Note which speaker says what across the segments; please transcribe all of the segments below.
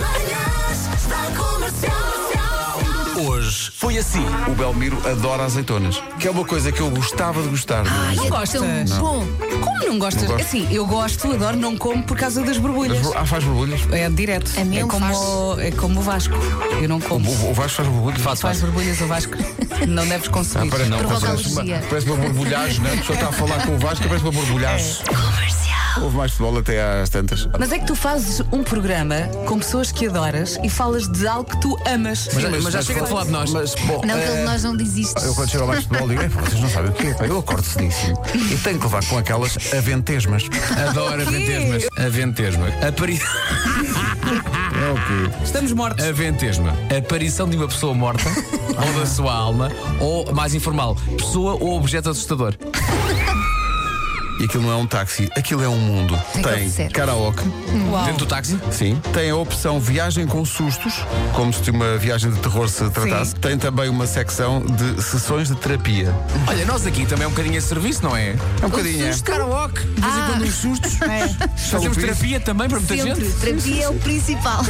Speaker 1: Manhãs da Comercial.
Speaker 2: Hoje foi assim.
Speaker 3: O Belmiro adora azeitonas, que é uma coisa que eu gostava de gostar.
Speaker 4: Ai, não gostas? Bom, como não gostas?
Speaker 3: Não gosto.
Speaker 4: Assim, eu gosto, adoro, não como por causa das borbulhas.
Speaker 3: Mas bro- Ah, faz borbulhas?
Speaker 4: É direto.
Speaker 5: A mim
Speaker 4: é,
Speaker 5: não
Speaker 4: como, é como o Vasco. Eu não como.
Speaker 3: O, o Vasco faz borbulhas?
Speaker 2: Faço,
Speaker 4: Faz
Speaker 2: faço.
Speaker 4: borbulhas o Vasco. Não deves
Speaker 3: Ah,
Speaker 4: consumir.
Speaker 3: parece, não,
Speaker 5: Provoca
Speaker 3: parece, uma,
Speaker 5: alergia.
Speaker 3: parece uma borbulhagem, né? A pessoa está a falar com o Vasco, parece uma borbulhagem. Houve mais futebol até às tantas.
Speaker 4: Mas é que tu fazes um programa com pessoas que adoras e falas de algo que tu amas.
Speaker 2: Mas- já chega de falar de nós.
Speaker 3: Mas, bom,
Speaker 5: Não,
Speaker 3: eh,
Speaker 5: pelo nós não desiste.
Speaker 3: Eu quando chego ao mais futebol digo, "Ei, pá, vocês não sabem o que é, pá, eu acordo cedíssimo e tenho que levar com aquelas aventesmas.
Speaker 2: Adoro a ventesmas. A ventesma. Apari...
Speaker 4: Estamos mortos.
Speaker 2: A ventesma. A aparição de uma pessoa morta, ou da sua alma, ou, mais informal, pessoa ou objeto assustador.
Speaker 3: E aquilo não é um táxi, aquilo é um mundo.
Speaker 5: Tem que
Speaker 3: Tem
Speaker 5: oferecer.
Speaker 3: karaoke,
Speaker 2: Dentro do táxi?
Speaker 3: sim. Tem a opção viagem com sustos, como se de uma viagem de terror se tratasse. Tem também uma secção de sessões de terapia.
Speaker 2: Olha, nós aqui também é um bocadinho esse serviço, não é?
Speaker 3: É um bocadinho. é.
Speaker 2: Karaoke. De vez em quando
Speaker 3: Ah.
Speaker 2: uns sustos. É. Fazemos
Speaker 3: Salubrice.
Speaker 2: terapia também para muita
Speaker 5: Sempre,
Speaker 2: gente. É.
Speaker 5: terapia é o principal.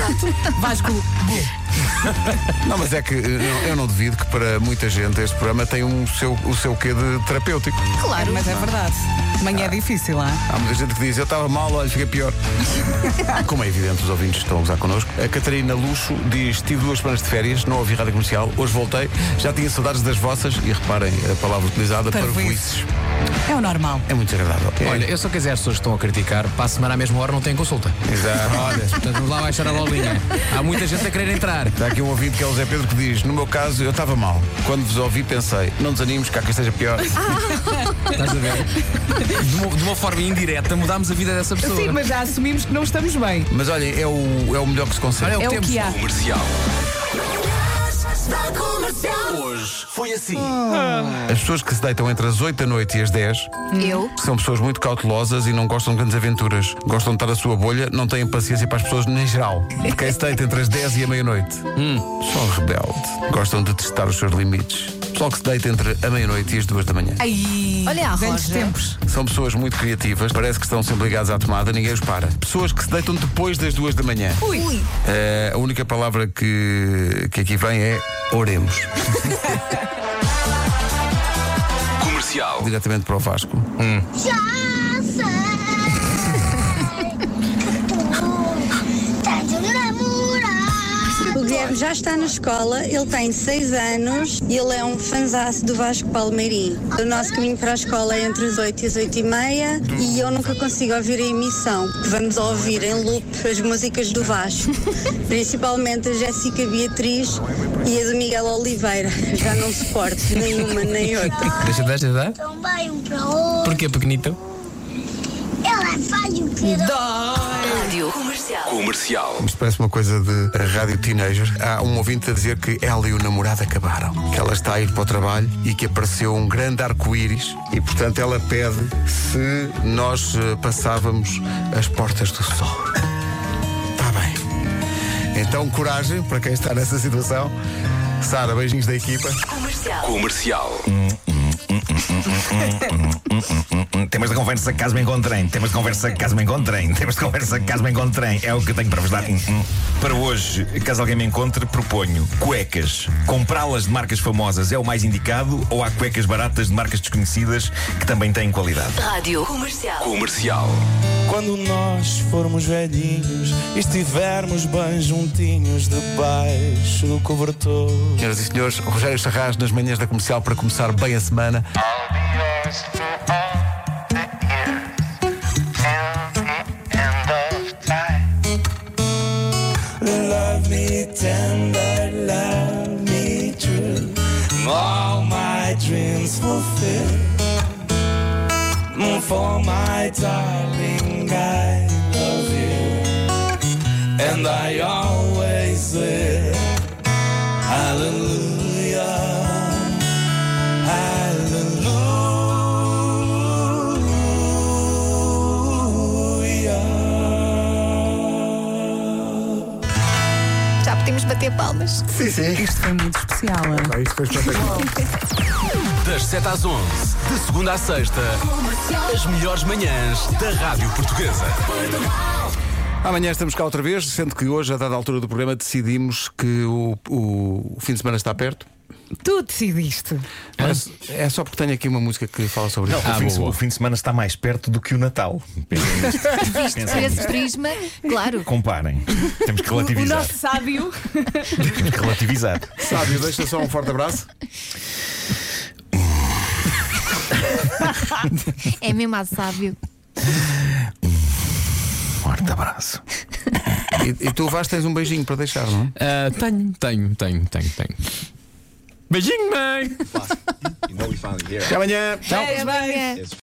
Speaker 4: Vasco.
Speaker 3: Não, mas é que eh, não- eu não duvido que para muita gente este programa tem um seu, o seu quê de terapêutico.
Speaker 5: Claro.
Speaker 4: Mas é verdade. Amanhã é difícil, hã?
Speaker 3: Há muita gente que diz, eu estava mal, olha, fica pior. Como é evidente, os ouvintes estão a usar connosco. A Catarina Luxo diz, tive duas semanas de férias, não ouvi rádio comercial, hoje voltei, já tinha saudades das vossas, e reparem a palavra utilizada,
Speaker 4: Parvoíces.
Speaker 3: parvoíces.
Speaker 4: É o normal.
Speaker 3: É muito agradável.
Speaker 2: Olha, eu só quiser as pessoas que estão a criticar, para a semana à mesma hora não têm consulta.
Speaker 3: É, exato.
Speaker 2: Olha, portanto, vamos lá baixar a bolinha. Há muita gente a querer entrar.
Speaker 3: Está aqui um ouvinte que é o Zé Pedro que diz, no meu caso, eu estava mal. Quando vos ouvi, pensei, não desanimes, cá que esteja pior.
Speaker 2: Estás a ver? De uma, de uma forma indireta, mudámos a vida dessa pessoa.
Speaker 4: Sim, mas já assumimos que não estamos bem.
Speaker 3: Mas olha, é o, é o melhor que se consegue.
Speaker 2: Olha,
Speaker 4: É o que há.
Speaker 1: Manhãs da Comercial.
Speaker 3: As pessoas que se deitam entre as 8 da noite e as 10
Speaker 4: Hum.
Speaker 5: Eu?
Speaker 3: são pessoas muito cautelosas e não gostam de grandes aventuras. Gostam de estar a sua bolha, não têm paciência para as pessoas nem geral. De Quem se deita entre as 10 e a meia-noite. São rebelde. Gostam de testar os seus limites. Pessoal que se deita entre a meia-noite e as 2 da manhã.
Speaker 4: Ai,
Speaker 5: Olha a
Speaker 4: grandes
Speaker 5: Roja.
Speaker 4: tempos.
Speaker 3: São pessoas muito criativas, parece que estão sempre ligadas à tomada, ninguém os para. Pessoas que se deitam depois das 2 da manhã.
Speaker 4: Ui.
Speaker 3: Eh, a única palavra que, que aqui vem é oremos. Comercial. Diretamente para o Vasco.
Speaker 6: Já sei que tu tens um namorado.
Speaker 7: O Guilherme já está na escola, ele tem 6 anos e ele é um fanzaço do Vasco Palmeirim. O nosso caminho para a escola é entre as 8 e as 8 e meia e eu nunca consigo ouvir a emissão. Vamos ouvir em loop as músicas do Vasco, principalmente a Jéssica Beatriz e a do Miguel Oliveira. Já não suporto nenhuma nem outra.
Speaker 2: Deixa, deixa, deixa.
Speaker 6: Também um para o outro.
Speaker 2: Porquê, pequenito?
Speaker 6: Ela faz o que dá.
Speaker 3: Isto parece uma coisa de rádio teenager. Há um ouvinte a dizer que ela e o namorado acabaram. Que ela está a ir para o trabalho e que apareceu um grande arco-íris e, portanto, ela pede se nós eh, passávamos as portas do sol. Está bem. Então, coragem para quem está nessa situação. Sara, beijinhos da equipa.
Speaker 8: Temas de conversa caso me encontrem. Temas de conversa caso me encontrem. Temas de conversa caso me encontrem. É o que eu tenho para vos dar. Hum, hum. Para hoje, caso alguém me encontre, proponho cuecas. Comprá-las de marcas famosas é o mais indicado ou há cuecas baratas de marcas desconhecidas que também têm qualidade?
Speaker 9: Quando nós formos velhinhos, estivermos bem juntinhos debaixo do cobertor.
Speaker 3: Senhoras e senhores, Rogério Sarraz nas manhãs da comercial para começar bem a semana.
Speaker 9: Love me tender, love me true. All my dreams fulfill. Mm, For my darling, I love you. And I always will. Hallelujah. Hallelujah.
Speaker 5: Já podemos bater palmas.
Speaker 4: Isto foi muito especial. hã?
Speaker 10: Das 7 às 11, de segunda à sexta, as melhores manhãs da Rádio Portuguesa.
Speaker 3: Amanhã estamos cá outra vez, sendo que hoje, a dada altura do programa, decidimos que o, o- o fim de semana está perto.
Speaker 4: Tu decidiste.
Speaker 3: Mas é só porque tenho aqui uma música que fala sobre
Speaker 8: Não,
Speaker 3: isso.
Speaker 11: Ah,
Speaker 3: Ah,
Speaker 8: o, fim de, o fim de semana está mais perto do que o Natal. Pensem nisto.
Speaker 5: Visto por esse prisma, claro.
Speaker 8: Comparem. Temos que
Speaker 11: O
Speaker 8: relativizar.
Speaker 11: nosso sábio.
Speaker 8: Temos que relativizar.
Speaker 3: Sábio, deixa só um forte abraço.
Speaker 5: É mesmo a sábio.
Speaker 8: Forte abraço.
Speaker 3: E, e tu vais, tens um beijinho para deixar, não?
Speaker 2: Ah, tenho, tenho, tenho, tenho, tenho. Beijinho, mãe!
Speaker 3: Até amanhã! Tchau!
Speaker 4: Parabéns.